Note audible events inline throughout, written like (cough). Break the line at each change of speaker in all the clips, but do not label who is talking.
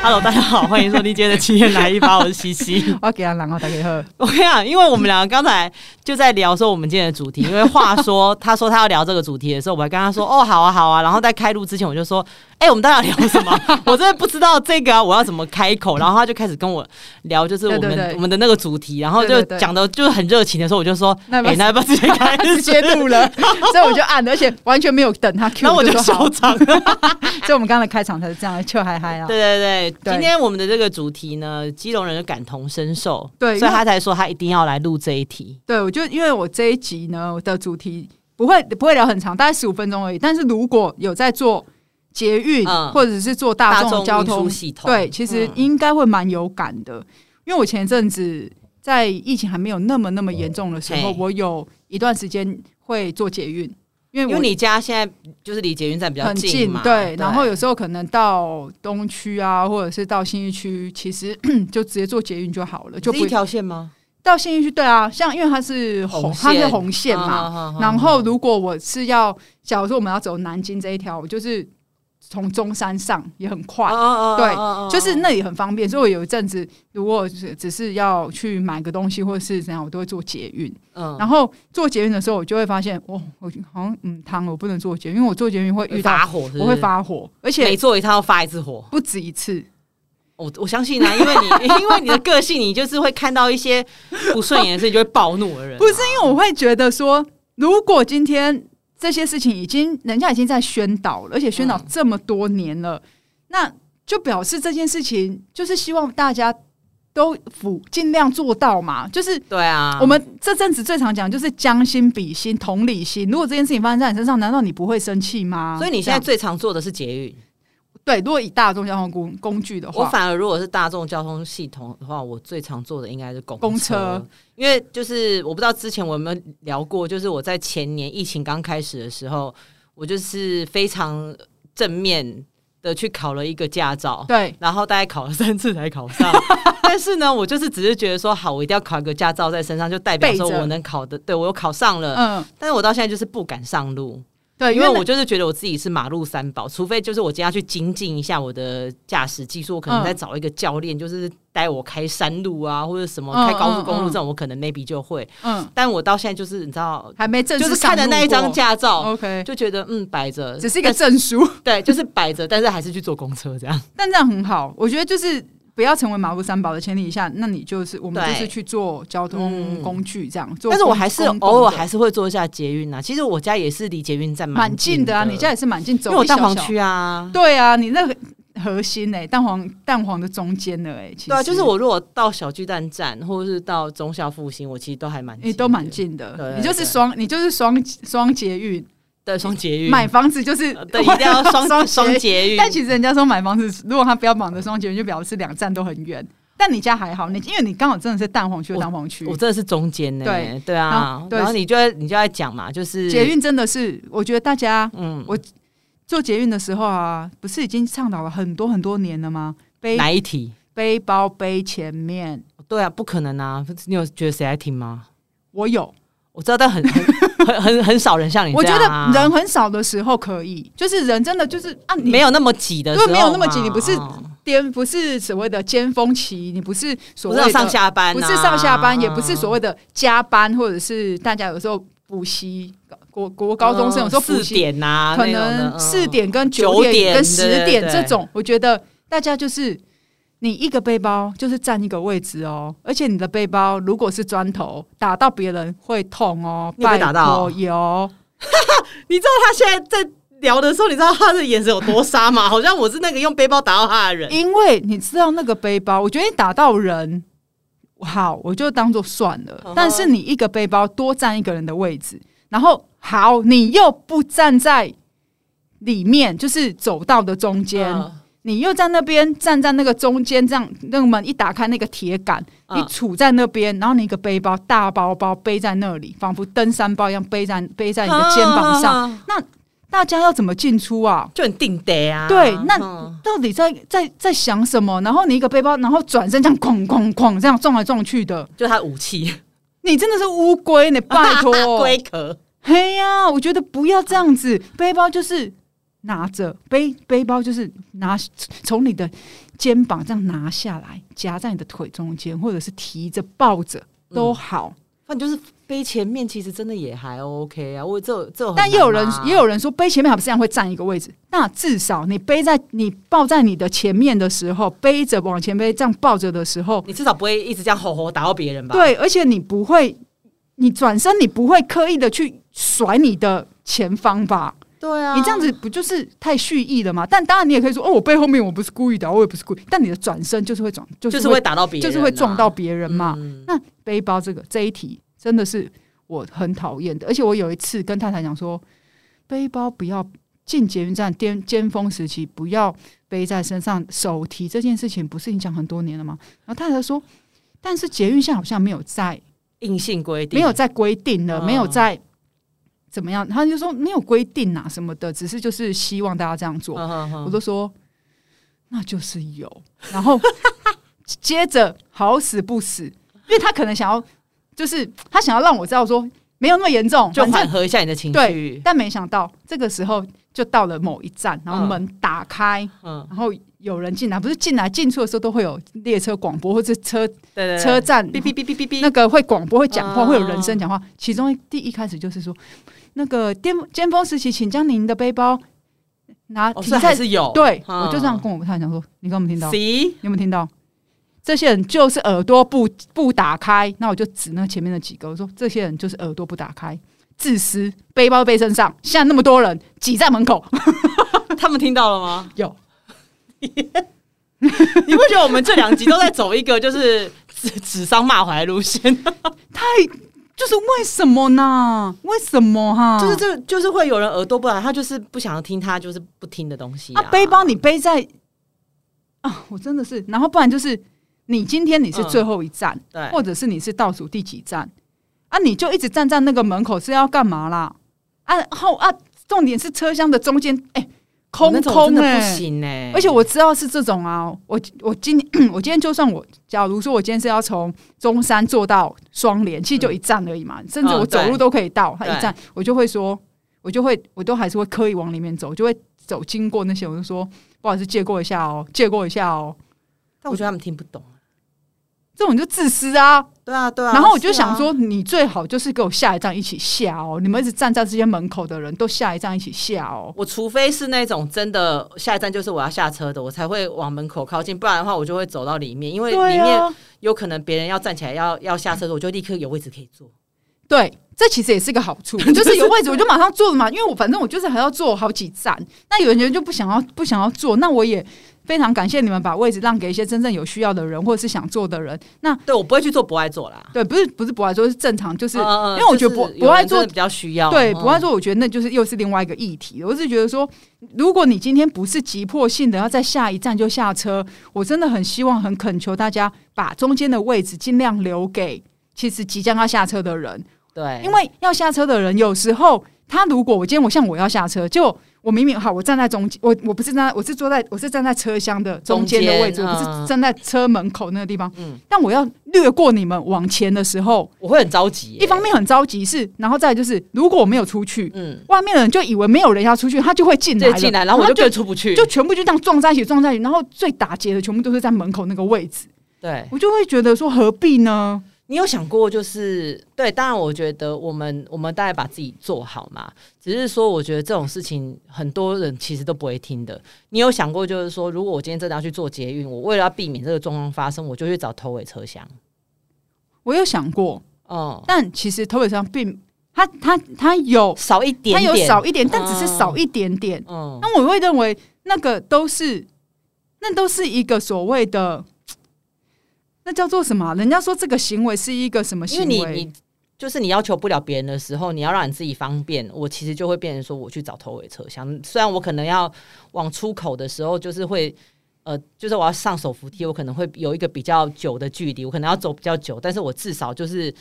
Hello，大家好，欢迎收听今天的《七天来一发》，我是西
(laughs)
西。
我给他然后打
(laughs)
给他，
我跟你讲，因为我们两个刚才就在聊说我们今天的主题，因为话说他说他要聊这个主题的时候，我还跟他说哦，好啊，好啊。然后在开录之前，我就说，哎、我们到底要聊什
(laughs)
么？我真的不知道这个、啊、我要怎么开口。然后他就开始跟我聊，就是我们
对对对
我们的那个主题，然后就
对对对
讲的就是很热情的时候，我就说，哎、
那要不要
那要不要直接开始？
(laughs) 直接录了，所以我就按了，而且完全没有等他 Q，
然后我就
就说
笑。
好
场。
(laughs) 所以我们刚才开场才是这样，就嗨嗨啊。
对对对，
对
今天我们的这个主题呢，基隆人就感同身受，
对
所以
因为
他才说他一定要来录这一题。
对，我就因为我这一集呢我的主题不会不会聊很长，大概十五分钟而已。但是如果有在做捷运、
嗯
或者是做
大
大
众
众交
运输
通
系统
对，其实
嗯
应该会蛮有感的。因为我前阵子在疫情还没有那么那么严重的时候
嘿，
我有一段时间会做捷运，因为
因为
我
你家现在就是离捷运站比较
很近
嘛，，
对，然后有时候可能到东区啊，或者是到信义区，其实 (clears throat) 就直接坐捷运就好了，就
只
不
一条线吗？
到信义区。对啊，像因为它是
红
红，
线
它是红线嘛。
啊
然后如果我是要，假如说我们要走南京这一条，我就是从中山上也很
哦
快，
啊
对
嗯
就是那里很方便。所以我有一阵子，如果只只是要去买个东西或者是怎样，我都会坐捷运。
嗯
然后坐捷运的时候，我就会发现，哦，我好像嗯，汤我不能坐捷运，因为我坐捷运会遇
会
到
发火是不是
我会，发火，而且
每做一趟要发一次火。
不止一次。
我我相信啊，因为
(laughs)
你因为你的个性，你就是会看到一些不顺眼的事情就会暴怒的人啊。
不是因为我会觉得说，如果今天这些事情已经人家已经在宣导了，而且宣导
嗯
这么多年了，那就表示这件事情就是希望大家都辅尽量做到嘛，就是。
对啊，
我们这阵子最常讲就是将心比心、同理心。如果这件事情发生在你身上，难道你不会生气吗？
所以你现在
这样
最常做的是捷运。
对，如果以大众交通工工具的
我
话，
反而如果是大众交通系统的话，我最常坐的应该是公
公
车
车，
因为就是我不知道之前我有没有聊过，就是我在前年疫情刚开始的时候，我就是非常正面的去考了一个驾照。
对
然后大概考了三次才考
(laughs)
上，但是呢，我就是只是觉得说，好，我一定要考一个驾照在身上，就代表说
备着
我能考的，对我有考上了。
嗯，
但是我到现在就是不敢上路，哦
对，
呃因
因
为
为
我就是觉得我自己是马路三宝，除非就是我今天要去精进一下我的驾驶技术，我可能
嗯
再找一个教练，就是带我开山路啊，或者什么
嗯
开高速公路
嗯
这
嗯
种，我可能 maybe 就会。
嗯
但我到现在就是你知道，
还没正
就
式
是看着
上路
那一张
过
驾照，
，OK，
就觉得嗯摆着，
呃只是一个证书。
对，就是摆着，但是还是去坐公车这样。
(laughs) 但这样很好，我觉得就是不要成为马路三宝的前提下，那你就是我们
对嗯
就是去做交通工具这样做公。
但是我还是
公共
偶尔
的
还是会坐一下捷运啊。其实我家也是离捷运站
蛮
近
近的啊，你家也是蛮近，
因
走
为我
一小
蛋黄
小
区啊。
对啊，你那个核心哎、蛋黄蛋黄的中间的哎、其实
对啊，就是我如果到小巨蛋站，或者是到中校复兴，我其实都还蛮近的，
你都蛮近
对对
的，
对
你就是双你就是双双捷运，
对，双捷运
买房子就是
呃对，一定要
(laughs)
双双
捷
捷运。
但其实人家说买房子，如果他标榜的双捷运，就表示两站都很远。但你家还好，你因为你刚好真的是蛋黄区的蛋黄区，啊
我真的是中间呢、
对
对啊
然，后对
然后你就在你就在讲嘛，就是
捷，运真的是，我觉得大家
嗯，
我做捷运的时候啊，不是已经倡导了很多很多年了吗？背
哪一题？
背包背前面，
对啊，不可能啊！你有觉得谁在听吗？
我有，
我知道，但很很很很很少人像你
我
这
觉
样、啊，
得人很少的时候可以，就是人真的就是啊，你
没有那么挤的时
对
候嘛，
没有那么挤你不是
嗯
颠不是所谓的尖峰期，你不是所
不
谓
是
的
要上，下班、啊，啊
不是上下班，也不是所
谓
谓的加班，或者是大家有时候补习，国国高中生有时候补
嗯四
习，
点呐、
可
啊那种的
能四、
嗯
点跟
九
九
点
点跟十
对对
点
对
这种，我觉得大家就是你一个背包就是占一个位置哦，而且你的背包如果是砖头打到别人会痛哦，
你有被打到
拜托有，
你知道他现在在聊的时候，你知道他的眼神有多杀吗？好像我是那个用背包打到他的人。
因为你知道那个背包，我觉得你打到人。好，我就当做算了。
嗯哼
但是你一个背包多占一个人的位置，然后好，你又不站在里面，就是走道的中间，
嗯
你又在那边站在那个中间，这样那个门一打开，那个铁杆，
嗯
你杵在那边，然后你一个背包大包包背在那里，仿佛登山包一样背在背在你的肩膀上，
啊
大家要怎么进出啊？
就很定得啊。
对那
嗯
到底在在在想什么？然后你一个背包，然后转身这样哐哐哐这样撞来撞去的，
就他武器
你真的是乌 (laughs)
(laughs)
龟呢！拜托，
龟壳，
嘿呀、我觉得不要这样子，背包就是拿着背背包，就是拿从你的肩膀这样拿下来，夹在你的腿中间，或者是提着抱着都好。
那你就是背前面，其实真的也还 OK 啊。我这这，
但也有人也
有
有人说背前面还不是这样会占一个位置，那至少你背在你抱在你的前面的时候，背着往前背这样抱着的时候，
你至少不会一直这样吼吼打到别人吧？，
对，而且你不会，你转身你不会刻意的去甩你的前方吧？
对啊，
你这样子不就是太蓄意了吗？但当然你也可以说，哦，我背后面我不是故意的，我也不是故意，但你的转身就是会转，就
就是是
会、
会打到别人啊、
就是会撞到别人嘛。
嗯
那背包这个这一题真的是我很讨厌的，而且我有一次跟太太讲说，背包不要进捷运站巅尖峰时期不要背在身上，手提这件事情不是你讲很多年了吗？然后太太说，但是捷运现在好像没有在
硬性规定啊
没有在规定了，
嗯
没有在怎么样，他就说没有规定啊什么的，只是就是希望大家这样做。
嗯哼哼
我都说那就是有，
(laughs)
然后接着好死不死，因为他可能想要，就是他想要让我知道说没有那么严重，
就
反正
缓和一下你的情
对
绪，。
但没想到这个时候就到了某一站，然后
嗯
门打开，
嗯，
然后有人进来，不是进来进出的时候都会有列车广播或者车
对对对，
车站
哔哔哔哔哔哔，
那个会广播、会讲话、
嗯
会有人声讲话。其中第一开始就是说，那个巅尖峰时期，请将您的背包拿
哦
停
所以
在。
还是有，
对，
嗯
我就这样跟我太太讲说，你刚没听到？你
See，
有没有听到？这些人就是耳朵不不打开，那我就指那前面的几个，我说这些人就是耳朵不打开，自私，背包背身上，现在那么多人挤在门口， (laughs)
他们听到了吗？ (laughs)
有
你不觉得我们这两集都在走一个就是指指桑骂槐的路线？
就是为什么呢？为什么哈？
就是这，就是会有人耳朵不来，他就是不想听他就是不听的东西
啊，背包你背在啊，我真的是，然后不然就是你今天你是
嗯
最后一站，
对，
或者是你是倒数第几站啊，你就一直站在那个门口是要干嘛啦？啊，后啊，重点是车厢的中间，哎、空
哦那种
空
真的
哎、
不行哎、
而且我知道是这种啊，我我今我今天就算我，假如说我今天是要从中山坐到双连，其实就一站而已嘛，甚至
嗯
我走路
对
都可以到，它
对
一站，我就会说，我就会我都还是会刻意往里面走，就会走经过那些，我就说不好意思借过一下哦，借过一下哦，
但我觉得他们听不懂。啊
这种就自私啊。
对啊，对啊。
然后我就是
啊
想，说，你最好就是给我下一站一起下哦，你们一直站在这些门口的人都下一站一起下哦。
我除非是那种真的下一站就是我要下车的，我才会往门口靠近，不然的话我就会走到里面，因为
对
里面
啊，
有可能别人要站起来要要下车的时候，我就立刻有位置可以坐。
对，这其实也是个好 (laughs) 处，就是有位置我就马上坐了嘛，因为我反正我就是还要坐好几站。那有人就不想要不想要坐，那我也非常感谢你们把位置让给一些真正有需要的人或者是想坐的人。那
对我不会去做不爱做啦，
对，不是不是不爱坐，是正常，就是、
嗯嗯
因为我觉得
就是
不
有
不爱
人真
坐
的比较需要，
对，
嗯
不爱。做，我觉得那就是又是另外一个议题。我是觉得说，如果你今天不是急迫性的要在下一站就下车，我真的很希望、很恳求大家把中间的位置尽量留给其实即将要下车的人，
对，
因为要下车的人有时候他如果我今天我像我要下车，就我明明好，我站在中间，我我不是站在，我是坐在我是站在车厢的中间的位置，
中间
我不
嗯
是站在车门口那个地方。
嗯
但我要略过你们往前的时候，
我会很着急耶、
一方面很着急是，然后再来就是如果我没有出去，
嗯，
外面的人就以为没有人要出去，他就会进来
这
了，
进来，然后我就
就
觉得出不去，
就全部就这样撞在一起，撞在一起，然后最打结的全部都是在门口那个位置，
对。
我就会觉得说何必呢？
你有想过，就是对，当然，我觉得我们我们大概把自己做好嘛。只是说，我觉得这种事情很多人其实都不会听的。你有想过，就是说，如果我今天真的要去做捷运，我为了要避免这个状况发生，我就去找头尾车厢。
我有想过，
哦、
但其实头尾上并他他他有
少一点
他有
点，
少一点，但只是少一点点。
嗯，
那我会认为那个都是那都是一个所谓的。那叫做什么啊？人家说这个行为是一个什么
因
行
为
为？
你你就是你要求不了别人的时候，你要让你自己方便，我其实就会变成说我去找头尾车厢。虽然我可能要往出口的时候，就是会呃，就是我要上手扶梯，我可能会有一个比较久的距离，我可能要走比较久，但是我至少就是。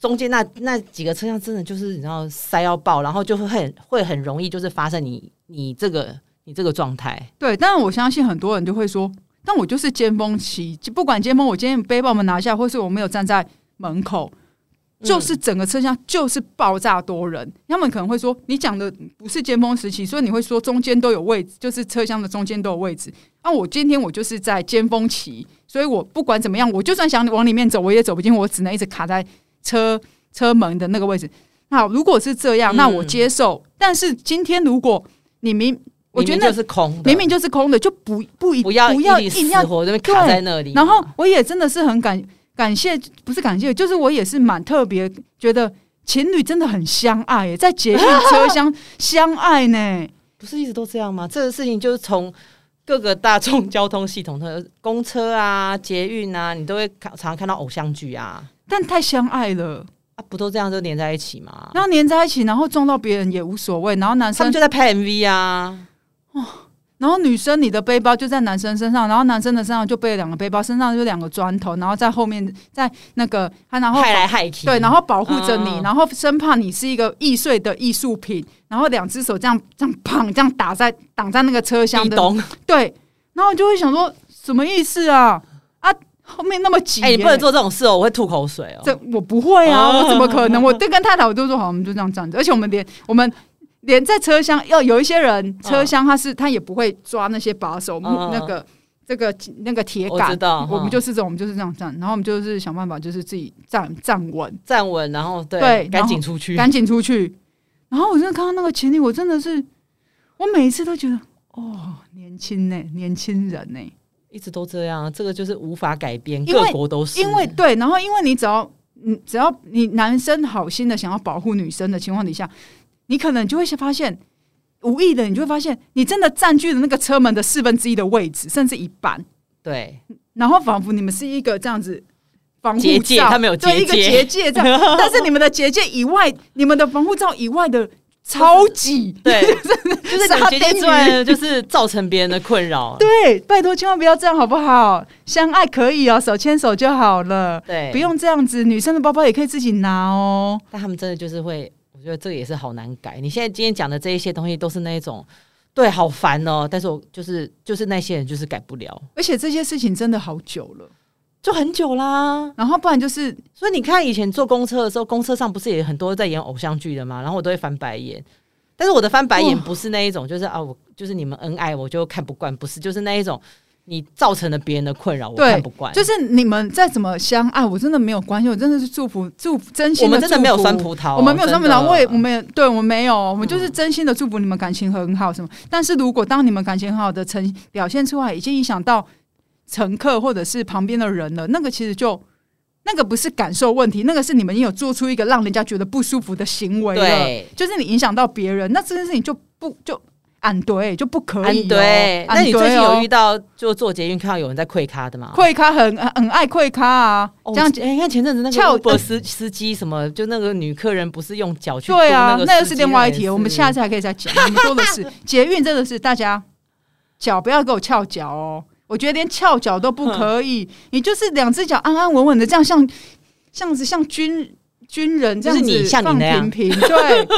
中间那那几个车厢真的就是你知道塞要爆，然后就会很会很容易就是发生你你这个你这个状态，
对，但我相信很多人就会说，但我就是尖峰期，就不管尖峰，我今天背包门拿下，或是我没有站在门口，就是整个车厢就是爆炸多人。他们可能会说，你讲的不是尖峰时期，所以你会说中间都有位置，就是车厢的中间都有位置。那、我今天我就是在尖峰期，所以我不管怎么样，我就算想往里面走，我也走不进，我只能一直卡在车车门的那个位置。好，如果是这样，那我
嗯
接受。但是今天如果你明，我觉得
明明
那
就是空的，
明明就是空的，就不不一
不要
不要
一
定
定
要
死活这边卡在那里，
然后我也真的是很感感谢，不是感谢，就是我也是蛮特别，觉得情侣真的很相爱耶，在捷运车厢相爱
(laughs)
呢。
不是一直都这样吗？这个事情就是从各个大众交通系统，的 (laughs) 公车啊、捷运啊，你都会看常常看到偶像剧啊，
但太相爱了，
啊，不都这样就连在一起吗？
然后黏在一起，然后撞到别人也无所谓。然后男
啊他
生
们，就在拍 MV 啊，
然后女生，你的背包就在男生身上，然后男生的身上就背了两个背包，身上就两个砖头，然后在后面，在那个，他然后
害来害去。
对，然后保护着你，
嗯
然后生怕你是一个易碎的艺术品，然后两只手这样这样砰这样打在挡在那个车厢
壁
的
咚，
对，然后我就会想说，什么意思啊？啊，后面那么挤耶、
哎、你不能做这种事哦，我会吐口水哦。
这，我不会啊，
哦
我怎么可能？我对跟太太我都说好，我们就这样站着，而且我们连我们。连在车厢，要有一些人车厢他是他也不会抓那些把手、木
嗯
那个这个那个铁
我
杆
知，道，
我们
嗯
就是这种，我们就是这样站，然后我们就是想办法就是自己站站稳，
站稳，然后对，
对然
赶
后
紧出去。
赶紧出去。然后我真的看到那个情侣，我真的是，我每一次都觉得，哦，年轻呢、年轻人呢、
一直都这样，这个就是无法改变，
因为
各国都是。
因为对，然后因为你只要，你只要你男生好心的想要保护女生的情况底下，你可能就会发现，无意的你就会发现，你真的占据了那个车门的四分之一的位置，甚至一半，
对，
然后仿佛你们是一个这样子。防护
结界
罩
他们有
对
结
一个
界
结界这
(laughs)
样，但是你们的结界以外，你们的防护罩以外的超级 (laughs)
对，就是你
沙
决定
丁
之外
鱼
呢，就是造成别人的困扰。
对，拜托千万不要这样好不好？相爱可以哦，手牵手就好了，
对，
不。用这样子。女生的包包也可以自己拿哦。
但他们真的就是会，我觉得这个也是好难改。你现在今天讲的这一些东西都是那一种，对，好烦哦。但是我就是就是那些人就是改不了，
而且这些事情真的好久了，
就很久啦。
然后不然就是
所以你看以前坐公车的时候，公车上不是也很多在演偶像剧的嘛，然后我都会翻白眼。但是我的翻白眼不是那一种，就是啊，我就是你们恩爱，我就看不惯，不是，就是那一种你造成了别人的困扰，我
对
看不惯。
就是你们再怎么相爱，我真的没有关系，我真的是祝福祝福，真心
我们
祝
真
福
的没有酸葡萄哦、
我们没有酸葡
真
萄，
的
我也我们也对我们没有，我们就是真心的祝福你们感情很好什么。但是如果当你们感情很好的呈表现出来，已经影响到乘客或者是旁边的人了，那个其实就那个不是感受问题，那个是你们有做出一个让人家觉得不舒服的行为了，
对。
就是你影响到别人，那这件事情就不就俺对就不可
安哦
以、哦。
对，那你最近有遇
到？
到就坐捷运看到有人在跪咖的吗？
会咖很很爱会咖啊，
哦
这样
哎，你看前阵子那
翘
个 u 司司机什么，就那个女客人不是用脚去
对啊，
那
那
个
又
司
是
机
另外一
那
题，
也
我们
是
下次还可以再讲。我们说的
(laughs)
是捷运，真的是大家脚不要给我翘脚哦，我觉得连翘脚都不可以，你就是两只脚安安稳稳的，这样像像是像军军人这样
就是
子
你像
放
你那样
平
(laughs)
平，对。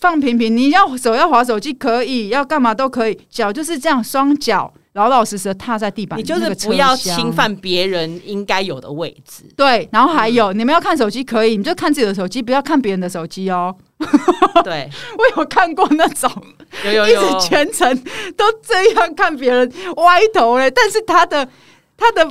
放平平，你要手要滑手机可以，要干嘛都可以，脚就是这样，双脚老老实实的踏在地板，
你就
那
是
个
不要
车厢
侵犯嗯别人应该有的位
(laughs)
置。
对，然后还有、你们要看手机可以，你们就看自己的手机，不要看别人的手机哦。 (laughs)
对，
我有看过那种
有有
一
有
直，全程都这样看别人歪头嘞，但是他的他的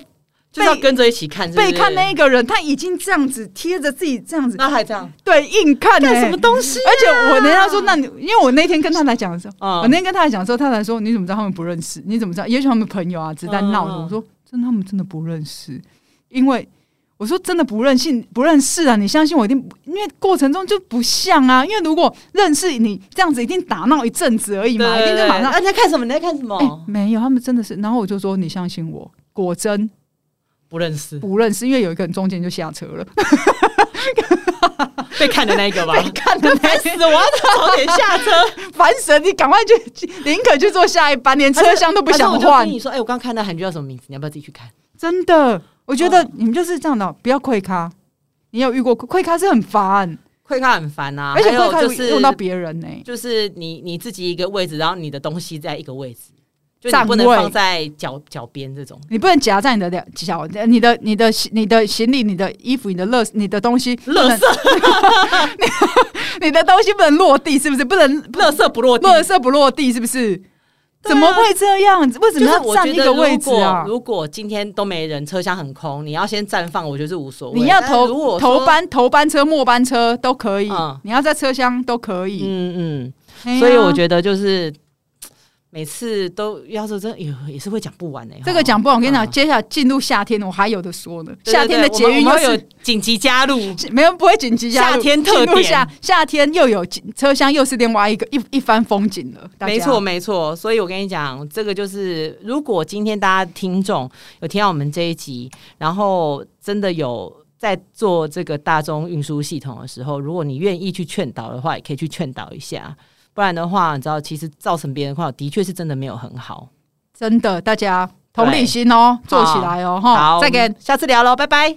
就是要跟着一起看是不是
被看那一个人，他已经这样子贴着自己这样子，
那还这样
对，硬看嘞
啊干什么东西啊？
而且我跟他说，那你因为我那天跟太太讲的时候，
嗯
我那天跟太太讲的时候，太太说你怎么知道他们不认识？你怎么知道？也许他们朋友啊，只是在闹的。
嗯
我说真的，他们真的不认识，因为我说真的不认信不认识啊！你相信我一定不，因为过程中就不像啊。因为如果认识你这样子，一定打闹一阵子而已嘛，一定就马上
啊！你在看什么？你在看什
哎、
么？
没有，他们真的是。然后我就说你相信我，果真
不认识
不认识，因为有一个人中间就下车了， (laughs)
被看的那一个吧？
看得
烦 (laughs) 死了！我要早点下车，
烦死了！你赶快去，宁可去坐下一班，连车厢都不
(laughs)
想
还是我就
换
跟。你说，哎，我刚看到韩剧叫什么名字？你要不要自己去看？
真的，我觉
哦
得你们就是这样的，不要愧咖。你有遇过愧咖是很烦，
会看很烦啊，
而且愧
还
咖
有就是
用到别人呢、
就是你你自己一个位置，然后你的东西在一个位置，就你不能放在脚脚边这种。
你不能夹在你的两脚，你的、你的、你的行李、你的衣服、你的乐、你的东西，
垃圾，
你的东西不能落地，是不是？不能
垃圾不落地。啊
乐色不落地，是不是？怎么会这样？为
就
什么
是
要
我
占
觉
一
得，
个
如
位置啊
果？如果今天都没人，车厢很空，你要先绽放，我觉得是无所谓。
你要
但是如
头
果
头
说，
班、头班车、末班车都可以
嗯，
你要在车厢都可以。
嗯
哎
嗯，
呀
所以我觉得就是每次都要是真也也是会讲不完哎、
这个讲不完，我跟你讲，
嗯
接下来进入夏天，我还有的说呢。
对对
夏天的
对
捷运
我
又
们我们会
是
有紧急加入，
没有不会紧急加入
夏天特点
进入夏夏天又有紧车厢，又是另外一个一一番风景了。大家
没错，，没错。所以我跟你讲，这个就是，如果今天大家听众有听到我们这一集，然后真的有在做这个大众运输系统的时候，如果你愿意去劝导的话，也可以去劝导一下。不然的话，你知道，其实造成别人困扰，的确是真的没有很好。
真的，大家同理心哦，做起来哦，哈！
好，
再见。
下次聊喽，拜拜。